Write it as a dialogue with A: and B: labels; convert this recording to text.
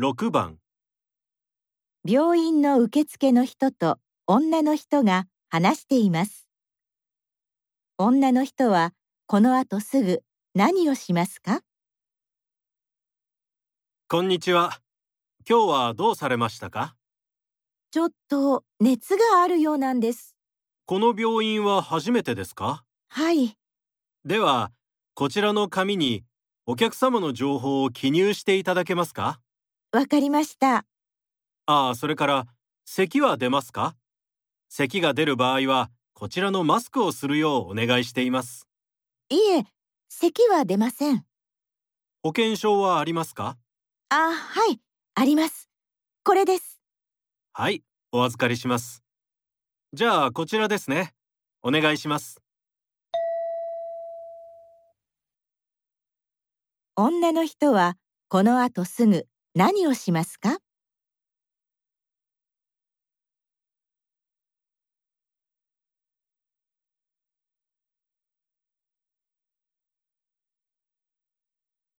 A: 6番
B: 病院の受付の人と女の人が話しています。女の人はこの後すぐ何をしますか
A: こんにちは今日はどうされましたか
B: ちょっと熱があるようなんです。
A: この病院は初めてですか
B: はい、
A: ではこちらの紙にお客様の情報を記入していただけますか
B: わかりました。
A: ああそれから咳は出ますか咳が出る場合はこちらのマスクをするようお願いしています
B: いえ、咳は出ません。
A: 保険証はありますか
B: あ、はい、あります。これです。
A: はいお預かりしますじゃあこちらですねお願いします
B: 女の人はこの後すぐ何をしますか